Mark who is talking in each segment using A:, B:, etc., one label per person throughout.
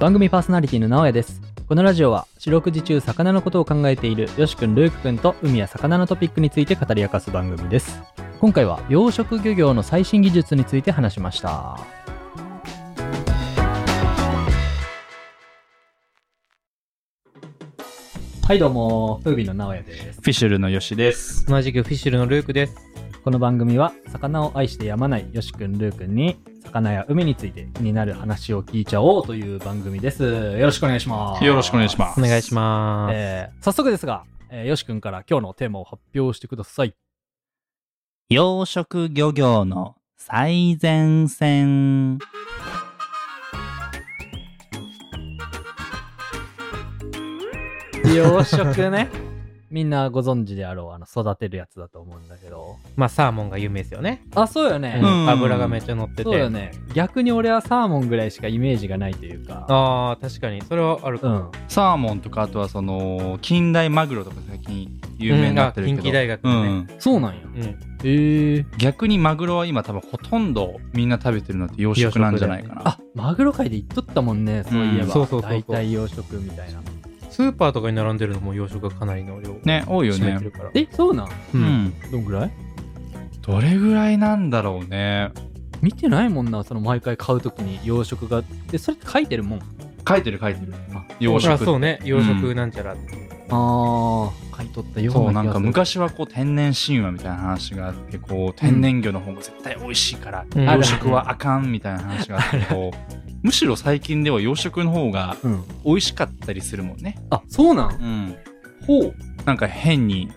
A: 番組パーソナリティの直哉ですこのラジオは四六時中魚のことを考えているよしくんルークくんと海や魚のトピックについて語り明かす番組です今回は養殖漁業の最新技術について話しましたはいどうもフービーの直哉です
B: フィッシュルのよしです。
C: 同じくフィッシュルのルークです。
A: この番組は魚を愛してやまないよしくんルーくんに魚や海について気になる話を聞いちゃおうという番組ですよろしくお願いします
B: よろしくお願いします。
C: お願いします。
A: えー早速ですが、えーよしくんから今日のテーマを発表してくだ さい。
B: 養殖漁業の最前線。
A: 養殖ね。みんなご存知であろう、あの、育てるやつだと思うんだけど。
C: まあ、サーモンが有名ですよね。
A: あ、そうよ
C: う
A: ね。
B: ん
C: ん、油がめっちゃ乗ってて。
A: そうよね。逆に俺はサーモンぐらいしかイメージがないというか。
C: ああ、確かに。それはあるか
A: う
C: も。
A: ん。
B: サーモンとかあとはその近代マグロとか最近有名になってるけど、
C: うんあ近畿大学
B: う
C: のね
B: ん、
A: そうなんや。
C: うん。
A: へえ。
B: 逆にマグロは今多分ほとんどみんな食べてるのって養殖なんじゃないかな。
A: あ、マグロ界で言っとったもんね、そういえば。
B: うん
C: そうそうそうそう
A: 大体養殖みたいな。
C: スーパーとかに並んでるのも養殖がかなりの量を
B: ね多いよ
C: 占め
B: ね
C: て。るから。
A: え、そうなん
B: う
C: うん
B: ん、
A: どんぐらい
B: どれぐらいなんだろうね。
A: 見てないもんな、その毎回買うときに養殖が。で、それって書いてるもん。
B: 書いてる書いてる。養
C: あそ
B: 殖。
C: うね。養殖なんちゃらっていう。
A: あー、買い取ったような気
B: そう
A: が
B: なんか
A: する
B: 昔はこう天然神話みたいな話があってこう天然魚の方が絶対美味しいから
C: うん
B: 養殖はあかんみたいな話があってこうむしろ最近では養殖の方が
A: うん。
B: 美味しかったりするもんね、
A: あ、そうなん
B: うん、
A: ほう。
B: なんか変に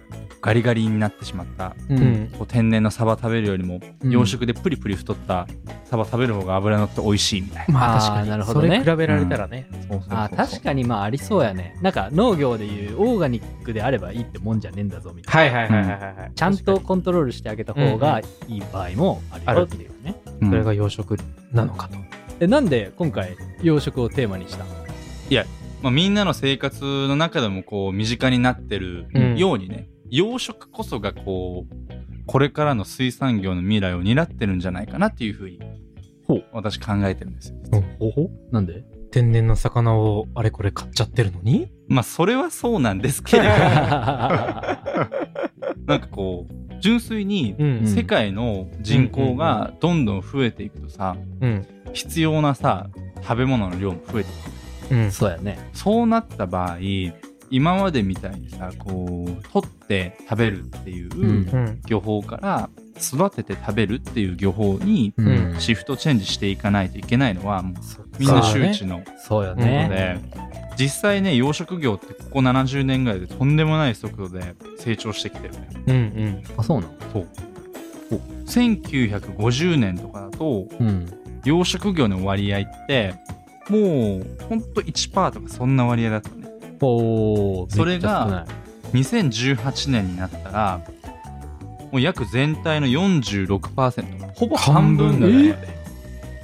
B: ガリガリになってしまった
A: う
C: う。ん。
B: こう天然のサバ食べるよりも
A: うん
B: 養殖でプリプリ太ったサバ食べる方が脂乗って美味しい みたいな、
A: まあ
C: まあ、
A: 確か
C: 確か
A: に
C: に。
A: なるほどね
C: それ比べられたらね。
B: そうそうそう
A: あー確かにまあありそうやねなんか農業でいうオーガニックであればいいってもんじゃねえんだぞみたいな、
C: はいはいはいはいはいはい。
A: ちゃんと
C: 確か
A: コントロールしてあげた方がいい場合もあるよっていうね、
B: う
C: に。
B: ん
C: それが養殖なのかと。
A: えなんで今回養殖をテーマにしたの
B: まあ、みんなの生活の中でもこう身近になってる
C: うん
B: ようにね、養殖こそがこうこれからの水産業の未来を担ってるんじゃないかなっていうふうに私考えてるんですよ。
A: なんで
C: 天然の魚をあれこれ買っちゃってるのに
B: まあそれはそうなんですけれど なんかこう純粋に
C: うん
B: 世界の人口がどんどん増えていくとさ
C: うん。
B: 必要なさ食べ物の量も増えていく
C: う ん。
A: そうやね
B: そうなった場合今までみたいにさこう取って食べるっていう、
A: うん
C: うん。
B: 漁法から育てて食べるっていう漁法に
A: うん、
C: うん
B: シフトチェンジしていかないといけないのはもう
A: そっか
B: みんな周知の
A: そうよ
B: の
A: ね、
B: で、実際ね養殖業ってここ70年ぐらいでとんでもない速度で成長してきてるね
C: うんうん。
A: あそうなの
B: そう1950年とかだと
A: うん
B: 養殖業の割合ってもうほんと1%とかそんな割合だったね
A: おー
B: それが
A: めっちゃ
B: 2018年になったらもう約全体の46%ほぼ半分だ
A: 半
B: ね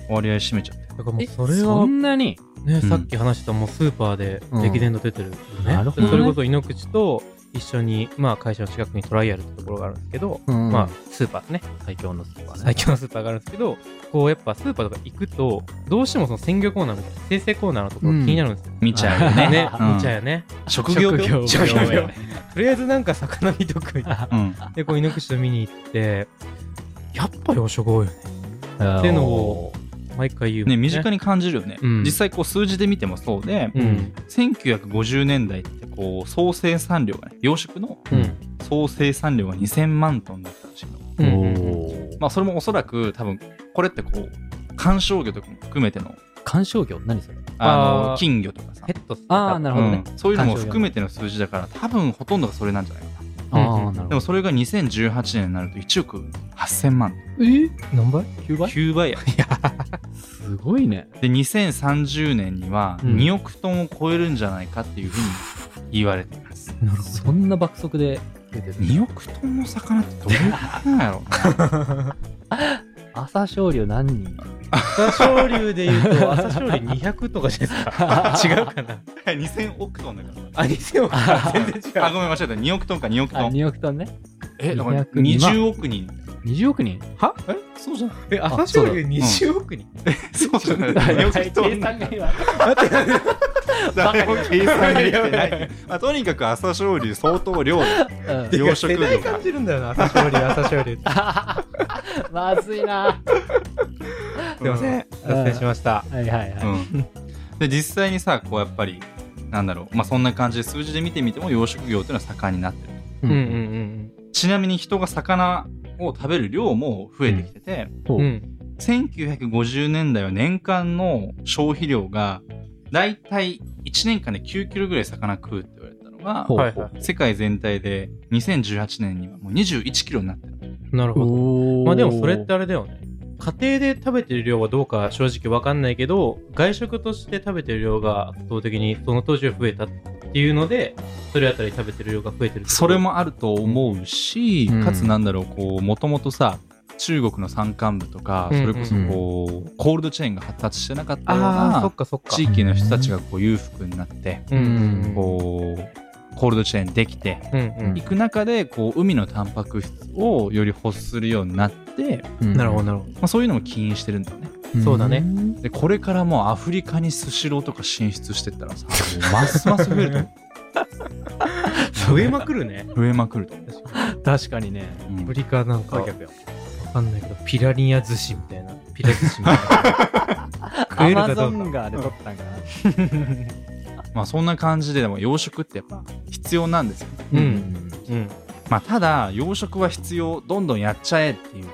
A: 分
B: 割合占めちゃってる
C: だから
A: 少
C: も
A: ないうえ
C: そ
A: そ
C: れは
A: んなに
C: ね、
B: うん
C: さっき話したもうスーパーで
A: うん
C: 駅伝と出てるよね、
A: なるほどね
C: それこそ井ノ口と一緒に、まあ、会社の近くにトライアルってところがあるんですけど、
A: うん
C: まあスーパーね
A: 最強のスーパーね
C: 最強のスーパーがあるんですけどこうやっぱスーパーとか行くとどうしてもその鮮魚コーナーみたいな生成コーナーのところ
A: うん
C: 気になるんですよ、
B: 見ちゃう よ
A: う
B: ね
A: ん
C: ね、
B: うん
C: 見ちゃうよね。
B: 職業病
A: 職業病
B: 職業病
C: 職業とりあえずなんか魚見とくみたいな。
B: うん
C: で、こう、井ノ口と見に行って、やっぱ養殖多いよね。
A: あー
C: ってのを毎回言うもん、
B: ね身近に感じるよね、
C: うん
B: 実際こう数字で見てもそうで、
C: うん。
B: 1950年代ってこう総生産量がね養殖の
C: うん。
B: 総生産量が2000万トンだったらしいの、
A: お
C: うん
A: ー
B: まあ、それもおそらく多分これってこう観賞魚とかも含めての
A: 観賞魚何それ
B: あの
C: あー
B: 金魚とかさ
C: ペットっすね
A: あーなるほどね
B: うんそういうのも含めての数字だから多分ほとんどがそれなんじゃないかな
A: ああなるほ
B: で
A: ど
B: もそれが2018年になると1億8000万
A: え
C: 何倍
A: 9倍
B: 9倍や
A: すごいね
B: で2030年には
C: うん
B: 2億トンを超えるんじゃないかっていうふうに言われています、
C: なる
A: そんな爆速で出てる
B: 2億トンの魚ってどういうことなんやろうね
A: 朝青龍何人
C: 朝青龍で言うと朝青龍200とかじゃないですか違うかな
B: 2000億トンだか
C: あ2000億か全然違
B: らあ
C: う
B: ごめん間違えた2億トンか2億
A: あ
B: トン
A: 2億トンね
B: えだから
A: 200
B: 20億人
A: 20億人
B: えそうじゃない
C: え、朝
A: そうだ
C: 青龍20億人
B: そ うじゃない
A: 計
B: よく人は
A: 算が今
B: 誰も計算できてない、まあ、とにかく朝青龍相当量 だ
A: うん
B: 養殖魚が
C: 世代感じるんだよな、朝青龍、朝青龍。す
A: まずいな。
C: いません、脱線しました。
A: はいはいはい。
B: うん、で実際にさこうやっぱりなんだろう、まあ、そんな感じで数字で見てみても養殖業っていうのは盛んになってる
C: うんうん
B: ちなみに人が魚を食べる量も増えてきてて、
A: ほ
C: うんうん。
A: う
C: う。
A: ん
B: 1950年代は年間の消費量がだいたい1年間で9キロぐらい魚食うって言われたのが
A: ほう
C: はい
A: ほ
C: は
A: う
B: 世界全体で2018年にはもう21キロになってる
C: なるほど。
A: おー
C: まあでもそれってあれだよね。家庭で食べてる量はどうか正直わかんないけど、外食として食べてる量が圧倒的にその当時は増えたっていうので、それあたり食べてる量が増えてるってこと
B: それ。もあると思うし、
A: うん
B: かつなんだろうこうもともとさ中国の山間部とか
C: うん
B: それこそこう、コールドチェーンが発達してなかったよう
C: ああ、そ
B: な
C: っかそっか。
B: 地域の人たちがこう裕福になって、
C: うんうんうん。
B: こうコールドチェーンできて
C: うんうん
B: いく中でこう海のタンパク質をより欲するようになって、
C: なるほど、なるほど。
B: まあ、そういうのも起因してるんだよね
A: ん
C: そうだね
A: ん
B: でこれからもうアフリカにスシローとか進出してったらさもうますます増えると思
C: 増えまくるね。
B: う増えまくると思
A: 確かにね。
B: う、 うん
C: アフリカなんか、わ
A: や。
C: かんないけど、ピラニア寿司みたいな。ピラ寿司みたいな。食
A: ア
C: える
A: マ
C: かど
A: ゾ
C: うか
A: ンがで撮ったんかな。
B: まあそんな感じででも養殖ってやっぱ必要なんですよ、ね
C: うんうん。
B: まあ、ただ養殖は必要どんどんやっちゃえっていう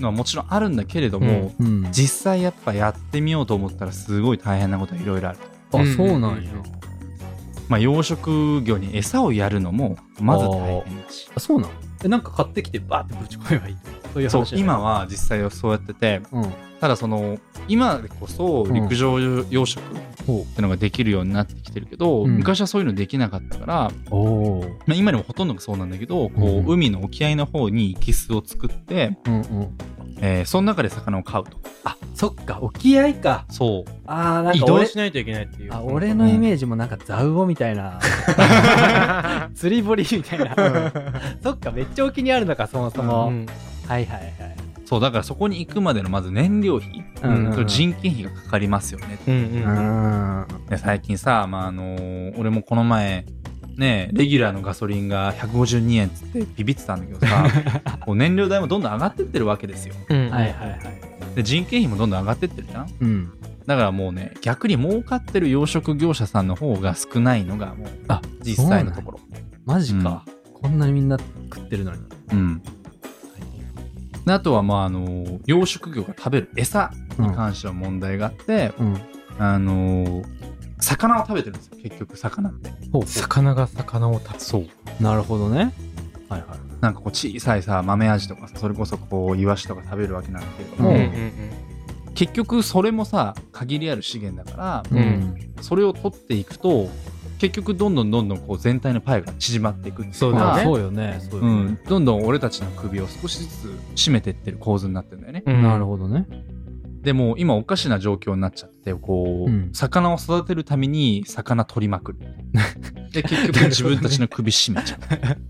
B: のはもちろんあるんだけれども、
A: うん。あ、
B: 実際やっぱやってみようと思ったらすごい大変なこといろいろある、
A: そうなんや。
B: まあ、養殖業に餌をやるのもまず大変だし
A: あ、そうなんえ、なんか買ってきてバーってぶち込めばいいってことそういう
B: そう
A: 話。
B: 今。は実際はそうやってて
A: うん。
B: ただその今でこそ陸上養殖ってのができるようになってきてるけど、
A: うん
B: 昔はそういうのできなかったから、
A: おお。
B: まあ、今でもほとんどがそうなんだけど、こ
A: うん
B: う海の沖合の方にキスを作って、
A: うんうん。
B: えーその中で魚を飼うと
A: あ、そっか、沖合か。
B: そう
A: あー、なん
C: 移
A: か
C: 動
A: 俺
C: し、ないといけないっていう。
A: あ、俺 のイメージもなんかザウオみたいな、釣り堀みたいな。 そっか、めっちゃ沖にあるのか、そもそも。
C: うん
A: はいはいはい。
B: そうだからそこに行くまでのまず燃料費、
A: うんうんうん
B: と人件費がかかりますよね
C: うんうんうん。
A: ん。
B: で最近さ、まああのー俺もこの前ねレギュラーのガソリンが152円っつってビビってたんだけどさ こう燃料代もどんどん上がってってるわけですよ
C: うん
A: はいはいはい。
B: で人件費もどんどん上がってってるじゃん
A: うん。
B: だからもうね逆に儲かってる養殖業者さんの方が少ないのがもう
A: あ
B: 実際のところ
A: マジか、こんなにみんな食ってるのに。
B: うんであとはまああのー養殖業が食べる餌に関しては問題があって、
A: うん。
B: あのー魚を食べてるんですよ結局魚って
A: ほう
C: 魚が魚を食
B: そう
A: なるほどね。はいはい。
B: なんかこう小さいさ豆味とかさそれこそこうイワシとか食べるわけなんだけれど
C: べ
B: も、
A: うん
C: る。
B: 結局それもさ限りある資源だから、
C: うん
B: それを取っていくと結局どんどんどんどんこう全体のパイが縮まっていくってい
C: そうだよ
B: か
A: あ
C: ね
A: そうよね。そうよ
B: う
A: ね
B: ん、どんどん俺たちの首を少しずつ締めてってる構図になってるんだよね。
C: うん
A: なるほどね。
B: でも今おかしな状況になっちゃってこう、
A: うん
B: 魚を育てるために魚取りまくる。で結局自分たちの首締めちゃう。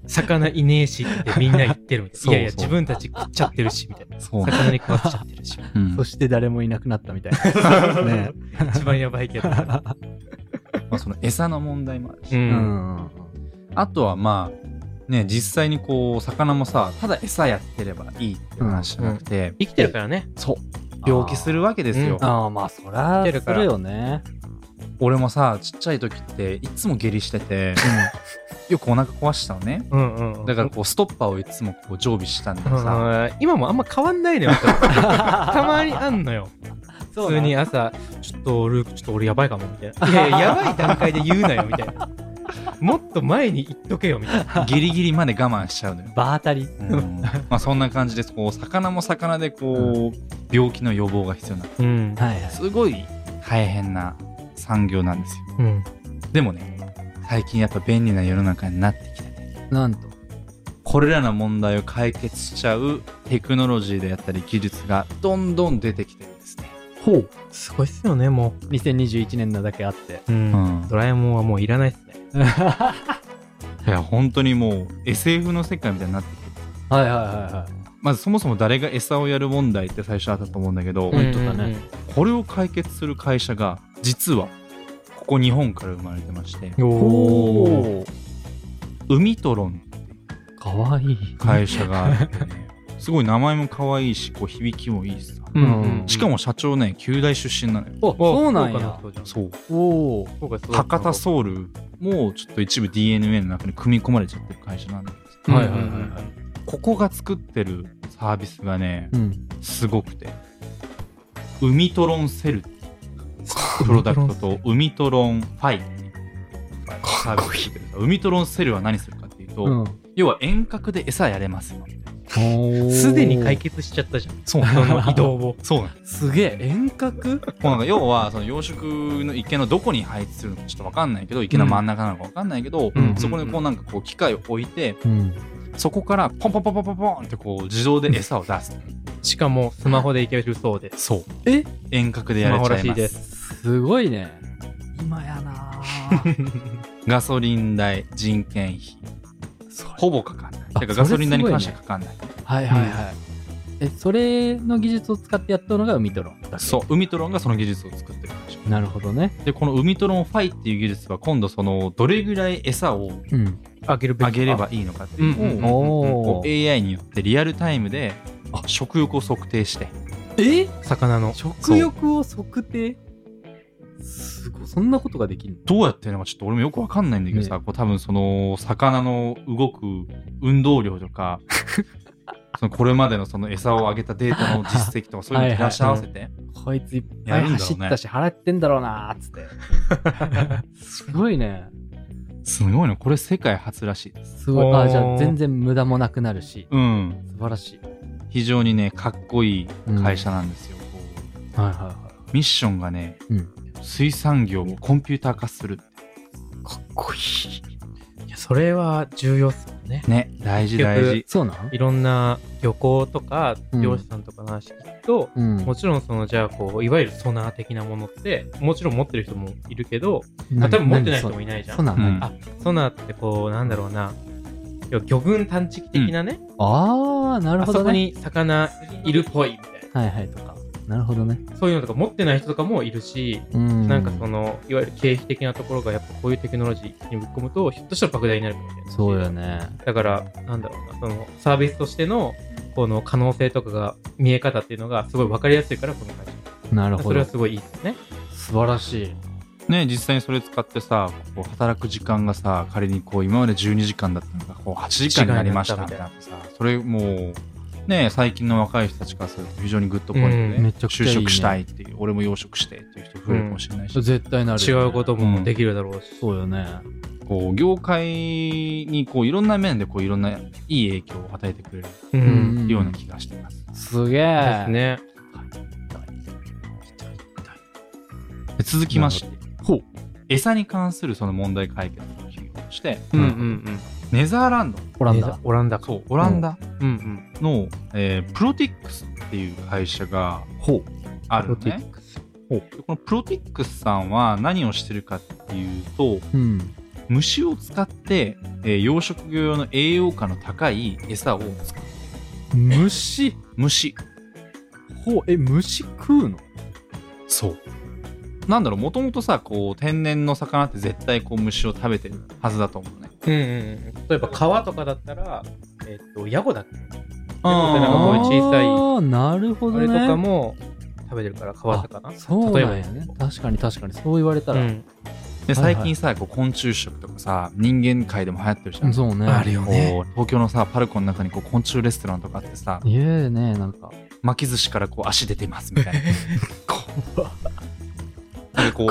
C: 魚いねえしってみんな言ってるみたいな。
B: そうそう
C: いやいや、自分たち食っちゃってるし、みたいな。
B: そうね、
C: 魚に食わっちゃってるし。
B: うん
A: そして誰もいなくなったみたいな。 ね。
C: 一番やばいけど。
B: まあ、その餌の問題もあるし、
A: う
C: うん
A: ん。
B: あとはまあね実際にこう魚もさただ餌やってればいいって話じゃなくて、
C: 生きてるからね。
B: そう病気するわけですよ、
C: うん
A: ああ、まあ、そら、
C: 来て
A: す
C: るから
A: るよ ね。
B: 俺もさちっちゃい時っていつも下痢してて、よくお腹壊したのね
C: うんうんうん。
B: だからこうストッパーをいつもこう常備してたんだけどさ、
C: うん今もあんま変わんないのよ。たまにあんのよ。
A: そ
C: 普
A: うな
C: 通
A: ん
C: に朝、ちょっとルーク、ちょっと俺やばいかも、みたいな。いやいや、やばい段階で言うなよ、みたいな。もっと前に言っとけよ、みたいな。
B: ギリギリまで我慢しちゃうのよ。
A: 場当たり。
B: うんまあそんな感じです。こう魚も魚でこう、病気の予防が必要な
C: うん。
A: はいはい。
B: すごい大変な産業なんですよ。
C: うん。
B: でもね最近やっぱ便利な世の中になってきてて
A: なんと。
B: これらの問題を解決しちゃうテクノロジーであったり技術がどんどん出てきてるんですね。
A: ほう。
C: すごいっすよね、も
A: 2021年なだけあ って。
C: う。うん
B: うん
C: ドラえもんはもういらないっすね。
B: いや本当にもう SF の世界みたいになってきてる
A: はいはいはいはい。
B: まずそもそも誰が餌をやる問題って最初あったと思うんだけど、
A: うん言っとったね
C: うんうんうん
B: これを解決する会社が実はここ日本から生まれてまして
A: お
B: お海トロン
A: かわいい。
B: 会社があってねすごい名前も可愛いしこう響きもいいしさ、
A: うん
B: しかも社長ね九大出身なのよ
A: お、そうなん
C: 福岡の
A: や。
C: 人じゃん
B: そう
A: おお。
C: 福岡そうだった
B: 博多ソウルもちょっと一部 DNA の中に組み込まれちゃってる会社なんだけど
A: うん
B: さ
C: はいはいはいはい
B: ここが作ってるサービスがね
A: うん。
B: すごくて海トロンセルプロダクトと海トロンファイっていうサービスを作ってる海トロンセルは何するかっていうと、
A: うん
B: 要は遠隔で餌やれますよみたいな
C: すでに解決しちゃったじゃん。
B: そう人 の移動
C: 動
B: そうなんです
A: すげえ遠隔
B: もうなんか要はその養殖の池のどこに配置するのかちょっと分かんないけど池の真ん中なのか分かんないけど、
A: うん
B: そこにこうなんかこう機械を置いて
A: うん
B: そこからポンポンポンポンポンポンってこう自動で餌を出す
C: しかも、スマホでいけるそう です。
B: そう
A: え
B: 遠隔でやれちゃい
C: スマホらしい
B: ま
C: です
A: すごいね今やなぁ
B: ガソリン代人件費
A: それ
B: ほぼかかんないだから
A: それ
B: ガソリン代に関してはかかんない
A: はいはいはい、えそれの技術を使ってやったのが海トロンだけ
B: そう海トロンがその技術を作ってる会社
A: なるほどね
B: でこの海トロンファイっていう技術は今度そのどれぐらい餌を
A: うん
C: あげるべき
B: あげればいいのかっていう
C: うん
B: のを
A: お
B: こ
A: お
B: う AI によってリアルタイムであ食欲を測定して
A: え
C: 魚の。
A: 食欲を測定すごいそんなことができる
B: どうやってるのかちょっと俺もよくわかんないんだけどさ、こう多分その魚の動く運動量と かそのこれまでのその餌をあげたデータの実績とかそういうのを照らし合わせて
A: のこいついっぱ
B: や
A: い
B: るんだろうね
A: 走ったし払ってんだろうなーっつって すごいね
B: すごいなこれ世界初らしいです
A: すごい
C: おー
A: あじゃあ全然無駄もなくなるし
B: うん
A: 素晴らしい
B: 非常にねかっこいい会社なんですよ、こ
A: はいはいは
B: うミッションがね、
A: うん
B: 水産業をコンピューター化する
A: いかっこいい
C: いや、それは重要っすよね。
B: ね大事大事
A: そうなん
C: いろんな漁港とか
A: うん
C: 漁師さんとかの話聞くと、
A: うん
C: もちろんそのじゃあこういわゆるソナー的なものってもちろん持ってる人もいるけど
A: な
C: あ多分持ってない人もいないじゃん
A: そうなの、
B: うん
A: あ
C: あソナーってこうなんだろうな要は魚群探知機的なね、
A: あーなる
C: あ
A: ほ
C: そ
A: ど
C: こ
A: ね
C: に魚いるっぽいみたい
A: はいはいとかなるほどね
C: なそういうのとか持ってない人とかもいるし、
A: うん
C: なんかそのいわゆる経費的なところがやっぱこういうテクノロジーにぶっ込むとひょっとしたら莫大になるかもしれない
A: そうよね
C: だから、なんだろうな、そのサービスとしての、この可能性とかが、見え方っていうのが、すごい分かりやすいから、この会社。
A: なるほ
C: それ
A: ど
C: はすごいいいですね。
A: 素晴らしい
B: ね実際にそれ使ってさこう働く時間がさ仮にこう今まで12時間だったのがこう8時間になりましたみたいなさそれもうね最近の若い人たちからすると非常にグッドポイントで、
C: うん
A: めちゃくちゃい
B: 就
A: いね
B: 職したいっていう俺も養殖してっていう人増えるかもしれないし、
A: 絶対なる
C: 違
A: よね
C: うこともできるだろうし。
A: そうよね
B: こう業界にこういろんな面でこういろんないい影響を与えてくれる
C: うん。
A: うん
B: ような気がしています。
A: すげ
C: で
A: え
C: すね。
B: で続きまして
A: ほう
B: 餌に関するその問題解決の企業として、
C: うんうんうん。
B: ネザーランド
A: オランダ
C: オランダか。
B: そうオランダ
C: うん
B: の、えープロティックスっていう会社が
A: ほう
B: あ
C: うん。
B: るのね。このプロティックスさんは何をしてるかっていうと
A: うん
B: 虫を使って、えー養殖業用の栄養価の高い餌を作る
A: 虫
B: 虫
A: ほうえ虫食うの
B: そうなんだろうもともとさこう天然の魚って絶対こう虫を食べてるはずだと思うね
C: うんうんうん。例えば、川とかだったら、えっと、ヤゴだっけ
B: あー
C: なんかこういう小さい
A: ああなるほど
C: あれ
A: ね
C: とかも、食べてるから、川魚。
A: そう
C: 例え
A: な
C: ば
A: んやね確かに確かにそう言われた
C: う
A: ら、
C: ん。
B: で
A: はいはい
B: 最近さこう昆虫食とかさ人間界でも流行ってるじゃん、
A: そうね
B: よね東京のさパルコの中にこう昆虫レストランとかあってさ
A: いえねなんか
B: 巻き寿司からこう足出てますみたいななんかこ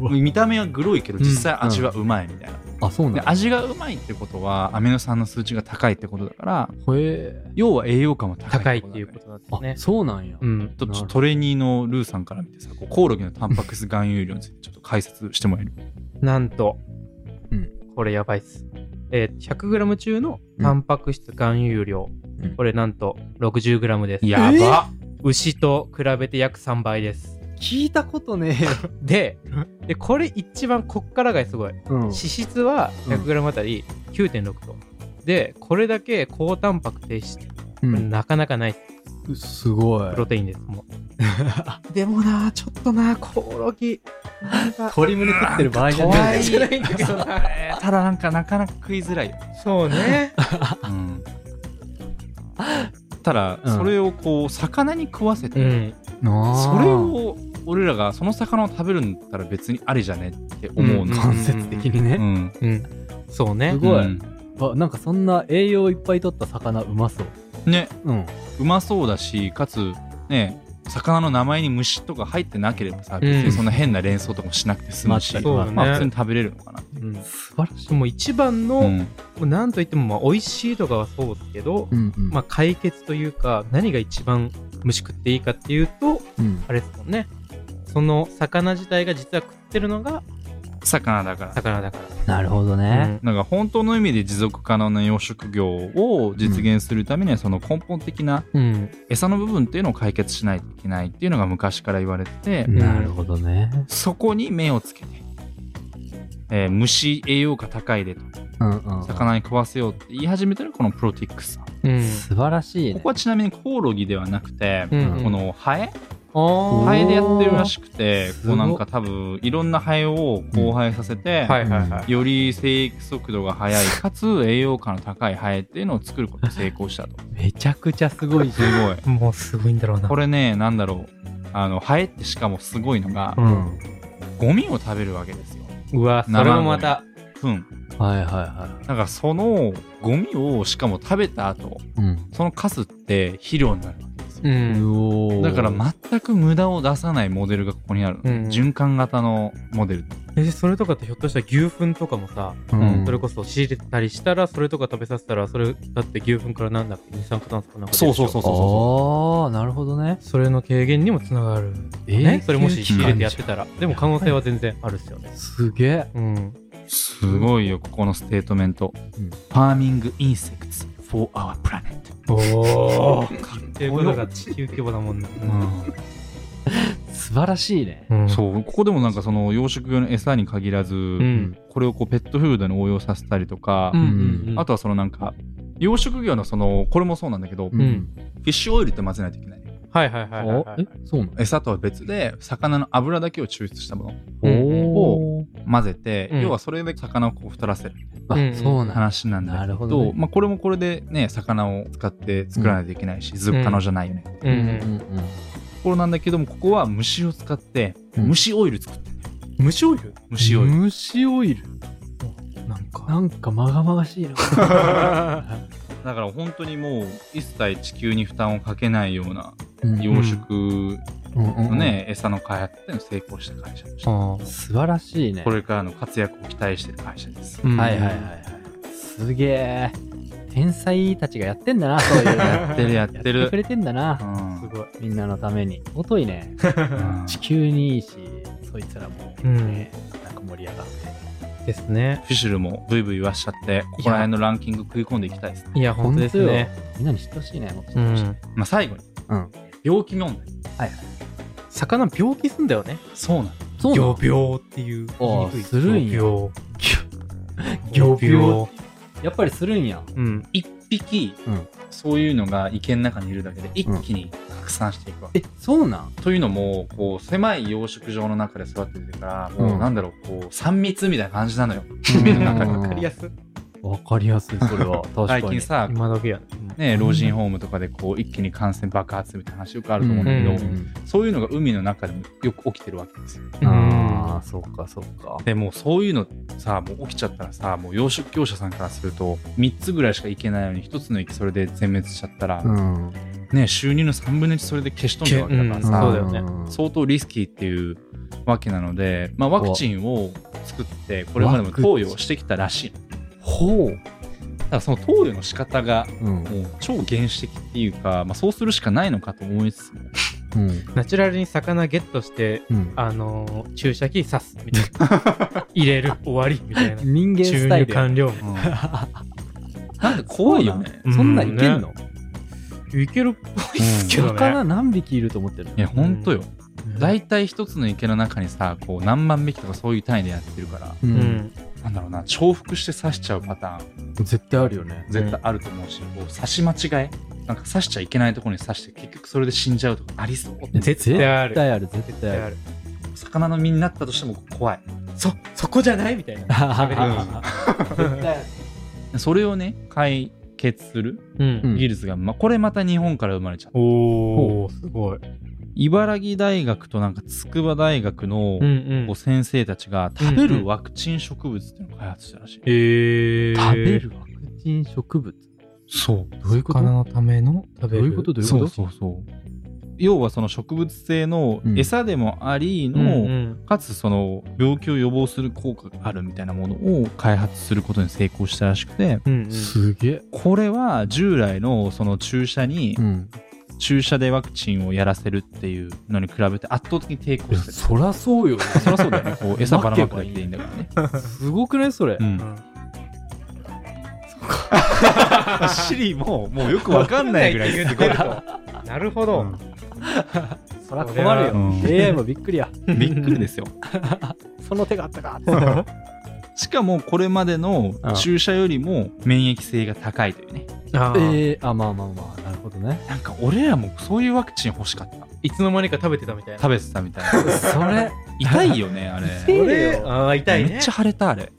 B: う見た目はグロいけど
C: うん
B: 実際味はうまいみたいな、
A: あそう
B: で
A: なんや
B: 味がうまいってことはアミノ酸の数値が高いってことだから
A: へえ
B: 要は栄養価も高
C: 高
B: い
C: い
B: っ
C: ってて
B: こと
C: い
B: だ
C: う
B: ね
C: ことなんで
A: あ
C: すね。
A: そうなんや、
C: うん。
B: ち
A: な
B: ょっと
A: るほど
B: トレーニーのルーさんから見てさこうコオロギのタンパク質含有量についてちょっと解説してもらえる
C: なんと、
A: うん
C: これやばいっす。えー 100g 中のタンパク質含有量、
A: うん
C: これなんと 60g です。
B: やば
C: 牛と比べて約3倍です。
A: 聞いたことねえよ、
C: で、でこれ一番こっからがすごい。
A: うん
C: 脂質は 100g あたり9.6と。で、これだけ高タンパク低脂
A: うん。
C: なかなかない
A: すごい
C: プ。ロテインですもう でもなちょっとなコオロギなんか
A: 鶏胸食ってる場合じゃ
C: 可
A: な
C: 愛
A: い
C: いじゃないんだけどな
B: ただなんかなかなか食いづらいよね。
C: そうね
B: うん、ただ、
A: うん
B: それをこう魚に食わせ
C: う
B: て、
C: ん
B: そ れを俺らがその魚を食べるんだったら別にありじゃねって思うの。
A: 間接的に
B: う
A: ね。
B: ん
C: うんそうね
A: すごい
B: うん
A: あなんかそんな栄養いっぱい取った魚うまそう。
B: ね
A: うん。
B: うまそうだしかつね魚の名前に虫とか入ってなければさ
C: ん
B: 別にそんな変な連想とかもしなくて済むし、
A: 全く
C: そうだね
B: まあ、普通に食べれるのかな。
C: うん
A: 素晴らしい。
C: もう一番
B: う
C: の、
B: ん
C: なんといってもまあ美味しいとかはそうだけど、
A: うんうん。
C: まあ、解決というか何が一番虫食っていいかっていうと
A: うん
C: あれですもんねその魚自体が実は食ってるのが
B: 魚だから
C: 魚だか
A: なるほど
C: ら、
A: ね。
B: なんか本当の意味で持続可能な養殖業を実現するためにはその根本的な
C: うん、
B: 餌の部分っていうのを解決しないといけないっていうのが昔から言われてて、
C: ん
A: なるほどね。
B: そこに目をつけて、えー虫栄養価高いでと
A: うんうん。
B: 魚に食わせようって言い始めたのがこのプロティックスさん
C: うんうん
A: 素晴らしい
B: こ
A: ね
B: こ。はちなみにコオロギではなくて、
A: うん
B: このハエ
C: あ
B: ハエでやってるら
C: し
B: しくて
A: すごい
B: こ
A: う
B: なんか多分いろんなハエを交配させて、
C: はいはいはい、
B: より生育速度が速いかつ栄養価の高いハエっていうのを作ることに成功したと
A: めちゃくちゃすごい
B: すごい
C: もう すごいんだろうな
B: これねなんだろうあのハエってしかもすごいのが
C: う、ん、
B: ゴミを食べるわけですよ
C: うわそれもまた
B: 糞
A: はいはいは
B: なんかそのゴミをしかも食べた後
A: い。うん。
B: そのカスって肥料になるわけですよ、
C: うん
A: おー
B: だから全く無駄を出さないモデルがここにあるの、
C: うん
B: 循環型のモデル
C: えそれとかってひょっとしたら牛糞とかもさ、
A: うん
C: それこそ仕入れたりしたらそれとか食べさせたらそれだって牛糞からなんだっけ二酸化炭素かなんか出るでしょ
B: そうそうそうそう
A: ああ、なるほどね。
C: それの軽減にもつながる、
A: えー
C: ね、それもし仕入れてやってたらでも可能性は全然あるっすよね
A: すげえ。
C: うん
B: すごいよここのステートメント、
A: うん
B: ファーミングインセクツ for our planet
C: おおっ
B: って
C: いうことが地球規模だもんな、
A: 素晴らしいね。
C: うんう、
B: そうここでもなんかその養殖用の餌に限らず、
C: ん、
B: これをこうペットフードに応用させたりとか、
A: ん
B: あとはそのなんか養殖業のそのこれもそうなんだけど、フ
C: ん。
B: ィッシュオイルって混ぜないといけない
C: はいはいはいはい、
A: お
C: は
A: え、
C: い
A: そうなの
B: 餌とは別で魚の油だけを抽出したもの
A: おー。
B: 混ぜて、
C: うん
B: 要はそれで魚をこう太らせる
A: あ
C: うん、
A: そうなの。
B: 話なんだけど
A: なるほどね
B: まあ、これもこれでね魚を使って作らないといけないし、持続可能じゃないよね、と
C: うん
A: うん
B: ころなんだけどもここは虫を使って
A: うん
B: 虫オイル作ってんだよ
C: 虫オイル
B: 虫オイル、
A: 虫オイル。
C: なんか
A: なんかまがまがしいな。
B: だから本当にもう一切地球に負担をかけないような
A: うん
B: 養殖
A: うんうんう
B: の
A: ん
B: ね、餌の開発っていうのを成功した会社でした、
C: あ
A: 素晴らしいね。
B: これからの活躍を期待してる会社です、
C: うん
A: はいはいはいはい。すげえ。天才たちがやってんだな、そう いうの。や
B: やってるやって
A: く
B: る
A: れてんだ
B: う
A: な、
C: す
B: ん
C: ごい
A: みんなのために。尊いね。
B: うん
A: 地球にいいし、そいつらも、ね、なんか盛り上がって。
C: ですね
B: フィシュルもブイブイ言わしちゃってここら辺のランキング食い込んでいきたいですね、
C: いや本当ですね
A: 本当よみんなに知ってほしいね、もっと知っ
C: う
A: てほしい
C: ん
B: まあ、最後に
A: うん。
B: 病気問題
C: 魚病気すんだよね
B: そうなの
A: そうな
C: 魚
A: の
C: 病っていう
A: ああ
C: 言いにくい
A: するんや
C: 魚
A: 魚
C: 病
A: 病やっぱりするんや。
C: うん
B: 一匹、
A: うん
B: そういうのが池の中にいるだけで一気に拡散していくわけ、
A: え、そうなん
B: というのもこう狭い養殖場の中で育ててるから
A: う
B: もうんなんだろうこう三密みたいな感じなのよ
A: うん
B: 目の中に
A: わかりや
C: すい
A: わかりやすい、それは。確かに。
B: 最近さ、
C: 今時や
B: ね、
C: ね
B: 老人ホームとかでこう一気に感染爆発みたいな話よくあると思うんだけど、
C: うん
B: そういうのが海の中でもよく起きてるわけですよ
A: うんああ、そうか、そうか。
B: でもうそういうのさもう起きちゃったらさもう養殖業者さんからすると3つぐらいしか行けないのに1つの池それで全滅しちゃったら、
A: うん。
B: ね収入の3分の1それで消し飛んじゃうわけだから
C: そ
B: さ、
C: うだよね
A: ん
B: 相当リスキーっていうわけなので、まあ、ワクチンを作ってこれまでも投与をしてきたらしいの
A: ほう。
B: ただその投与の仕方が
A: うん。
B: もう超原始的っていうか、まあ、そうするしかないのかと思いつつも
A: うん。
C: ナチュラルに魚ゲットして
A: うん
C: あのー注射器刺すみたいな入れる終わりみたいな
A: 人間
C: 注
A: スタイ
C: 入
A: ルや。
C: 完了
B: なんで怖いよね
A: そんなんいけんの、
C: いけるっぽいっすけどね
A: 魚何匹いると思ってるの
B: いやほんとよ
A: 大
B: 大体一つの池の中にさこう何万匹とかそういう単位でやってるから
A: う、
C: うんん
B: なんだろうな重複して刺しちゃうパターン
A: 絶対あるよね。
B: 絶対あると思うし、こう刺し間違えなんか刺しちゃいけないところに刺して結局それで死んじゃうとかありそう
C: 絶対あ
A: 絶
C: る
A: 対ある絶対ある
C: る
B: 魚の身になったとしても怖い
C: そそこじゃないみたいな絶対ある
B: それをね解決する
C: うん
B: 技術が、まあ、これまた日本から生まれちゃった
C: おおすごい
B: 茨城大学となんか筑波大学の
C: うんう
B: こうん先生たちが食べるワクチン植物っていうのを開発したらしい、
C: へえ
A: 食べるワクチン植物
B: そう
A: どういうこと
C: 魚
A: ど
C: のための食
A: う
C: べる
A: いうことどういうこ
B: そ
A: と
B: うそうそう要はその植物性の
A: うん
B: 餌でもありの、
C: うんうん
B: かつその病気を予防する効果があるみたいなものを開発することに成功したらしくて
C: うんうん
A: すげえ
B: これは従来のその注射に
A: うん
B: 注射でワクチンをやらせるっていうのに比べて圧倒的に抵抗してる
A: そらそうよね
B: そりゃそうだよねこう餌ばらまくだけでいいんだからね、
A: すごくないそれ
B: うんシリももうよくわかんないぐらい
C: 言って るとなるほど、
B: うん
A: そら困るよ
B: うん
A: AI もびっくりや
B: びっくりですよ
A: その手があったか
B: しかもこれまでの注射よりも免疫性が高いというね
C: あー
A: えー、あまあまあまあなるほどね
B: なんか俺らもそういうワクチン欲しかった
C: いつの間にか食べてたみたいな
B: 食べてたみたいな
A: それ
B: 痛いよねあれ
A: べて痛
C: こ
A: いよ
C: れあー痛いね
B: めっちゃ腫れたあれ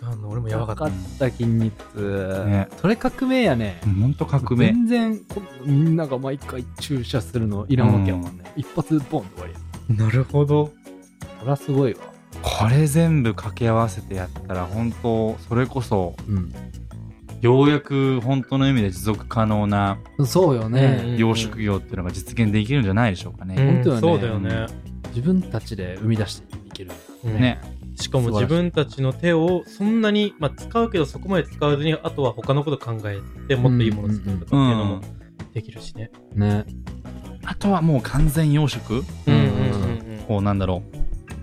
C: あの俺もや
A: やば
C: ばかった
A: かった筋肉、
B: ね
A: それ革命やね
B: ほんと革命
A: 全然こみんなが毎回注射するのいらんわけやもんね、一発ボンって終わりや
C: なるほど
A: そりゃすごいわ
B: これ全部掛け合わせてやったら本当それこそ
A: うん
B: ようやく本当の意味で持続可能な
A: そうよね、
B: 養殖業っていうのが実現できるんじゃないでしょうか
C: う
B: ね。
A: 本
C: ん
A: 当よね
C: そうだよね、
A: 自分たちで生み出していける
B: ね、
C: しかも自分たちの手をそんなに、まあ、使うけどそこまで使わずにあとは他のこと考えてもっといいものを作ると
B: う
C: かっていうの
B: ん
C: も、できるしね。
A: ね
B: あとはもう完全養殖
A: うんうん
B: こうなんだろう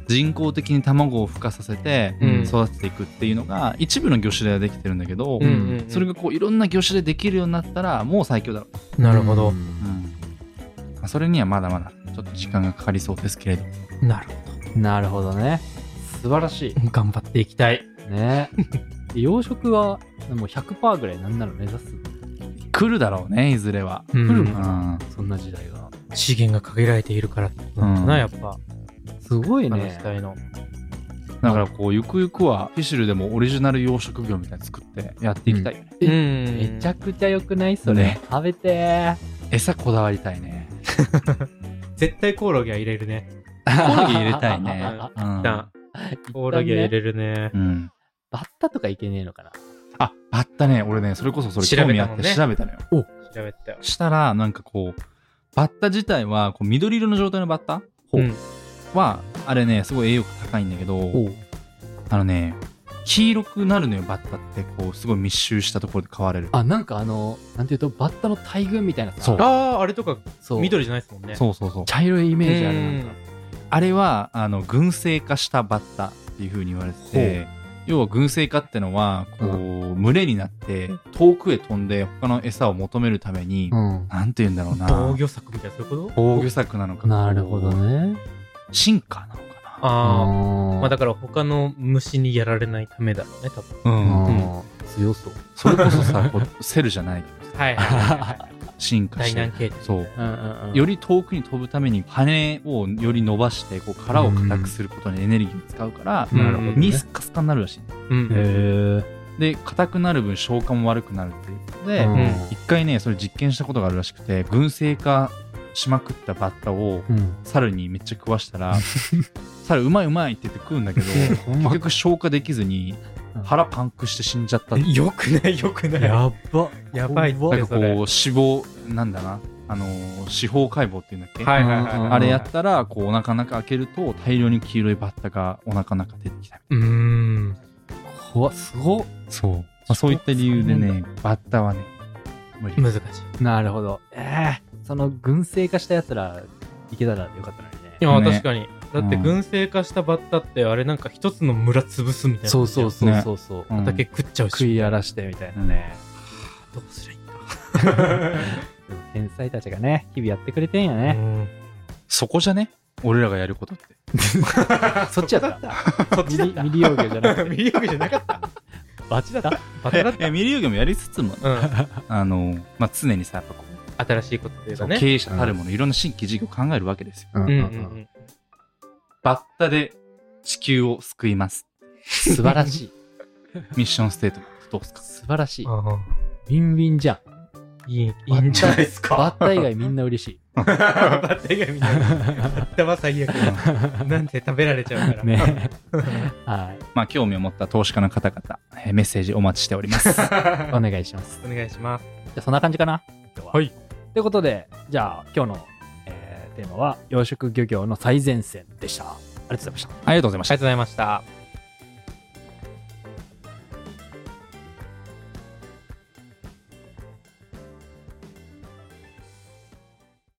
B: 人工的に卵を孵化させて
C: うん
B: 育てていくっていうのが一部の魚種ではできてるんだけど、
A: うん
B: それがこういろんな魚種でできるようになったらもう最強だろ
C: なるほど
B: う、まあそれにはまだまだちょっと時間がかかりそうですけれど
C: なるほ
A: なるほどね素晴らし
C: ど頑張っていきたい。
A: いね 養殖はもう100%ぐらいなんなら目指す
B: 来るだろうねいずれは。
C: うん
A: 来る
B: う
A: かな、
B: ん
A: そんな時代が
C: 資源が限られているからなんだな、
B: うん
C: やっぱ
A: すごい
C: あの時
A: ね
C: 代の。
B: だからこうゆくゆくはフィシュルでもオリジナル養殖業みたいに作ってやっていきたいよね、
A: うん
C: め
A: めちゃくちゃ良くないそれ、
B: ね
A: 食べてー
B: 餌こだわりた いね
C: 絶対コオロギは入れるね。
B: コオロギ入れたいね
A: 一、
B: うん
C: なコオロ
A: 旦
C: ギは入
A: ね
C: れるね。
B: うん、
A: バッタとかいけねえのかな
B: ああったね俺ねそれこそそれ
C: 調べた
B: 興
C: もん
B: 味
C: ね
B: あって調べたのよ
C: 調べたよ。
B: したらなんかこうバッタ自体はこう緑色の状態のバッタ
C: ほう
B: はあれねすごい栄養価高いんだけど
A: う
B: あのね黄色くなるのよバッタってこうすごい密集したところで飼われる
A: あなんかあのなんていうとバッタの大群みたいなさ
B: そう
C: ああ、あれとか
A: そう
C: 緑じゃないですもんね。
B: そうそうそう
A: 茶色いイメージある
C: うん
A: なんか
B: あれはあの群生化したバッタっていうふうに言われてて要は群生化ってのはこう、群れになって遠くへ飛んで他の餌を求めるために、
A: うん
B: なんて言うんだろうな
C: 防御策みたいな、そういうこと
B: 防御策なのか
A: なるほどね
B: 進化なのかな
C: ああ、ま
A: ま
C: あだから他の虫にやられないためだろうね、多分。
B: うん、
A: 強そう
B: それこそさこうセルじゃないけどさ
C: はいはいはいはい。
B: 進化
C: 大
B: して
C: 難形態。
B: そう
A: うんうんうん
B: より遠くに飛ぶために羽をより伸ばしてこう殻を硬くすることにエネルギーを使うから、
C: うんなるほどね
B: 身スカスカになるらしい
C: うん
A: へえ
B: で硬くなる分消化も悪くなるっていうことで、
A: うん
B: 一回ねそれ実験したことがあるらしくて群生化しまくったバッタを
A: うん
B: 猿にめっちゃ食わしたら猿うまいうまいって言って食うんだ けど結局消化できずに
A: うん
B: 腹パンクして死んじゃったって
C: よくないよくない。
A: やば
C: やばいっすね
B: なんかこう
C: それ
B: 脂肪なんだなあのー司法解剖っていうんだっけ、
C: はいはいは
A: う
C: い。
A: ん
B: あれやったらこうお腹の中開けると大量に黄色いバッタがお腹の中出てきた
C: うーん。
A: 怖っすごっ
B: そう、まあ、そういった理由で
C: そ
B: ねバッタはね無理
C: 難しい。
A: なるほどええその群生化したやつらいけたらよかったのにね
C: いや、
B: ね
C: 確かに。だって
B: うん
C: 群生化したバッタって、あれなんか一つの村潰すみたいな。
A: そうそう
B: そう
A: そうそ
B: そ
A: そ
B: う
A: う、
B: うん
C: 畑食っちゃう
A: 食
C: し。
A: い荒らしてみたいなね、
C: どうすりゃいいんだ。
A: でも天才たちがね日々やってくれてんやね、
B: そこじゃね俺らがやることって
A: そっちやった
C: そっちだった。
A: ミリオーじゃなくて
C: 見るわけじゃなかった。
A: バチだった
C: バッタだっ
B: いやミリオ魚もやりつつも
C: た。うん。
B: あの、まあ、常にさ、やっぱこう、
C: 新しいことという
B: そ
C: か
B: う
C: ね。
B: 経営者たるもの、いろんな新規事業を考えるわけですよ。
D: うん
C: う
D: うん
C: うん
D: ん
C: う
B: バッタで地球を救います。
D: 素晴らしい。
B: ミッションステートメントどうですか
D: 素晴らしい。
C: ん。あ
A: ィンウィンじゃん。
C: あいい、いい んじゃないです
A: バ
C: か。
A: ッタ以外みんな嬉しい。
C: バッタ以外みたいな。バッタは最悪だ。なんて食べられちゃうから。
A: ね。 はい。
B: まあ、興味を持った投資家の方々、えーメッセージお待ちしております。
A: お願いします。
C: お願いします。
A: じゃあそんな感じかな。今日は。
B: はい。
A: ということで、じゃあ今日の、えーテーマは養殖漁業の最前線でした。ありがとうございました。
B: ありがとうございました
C: ありがとうございました。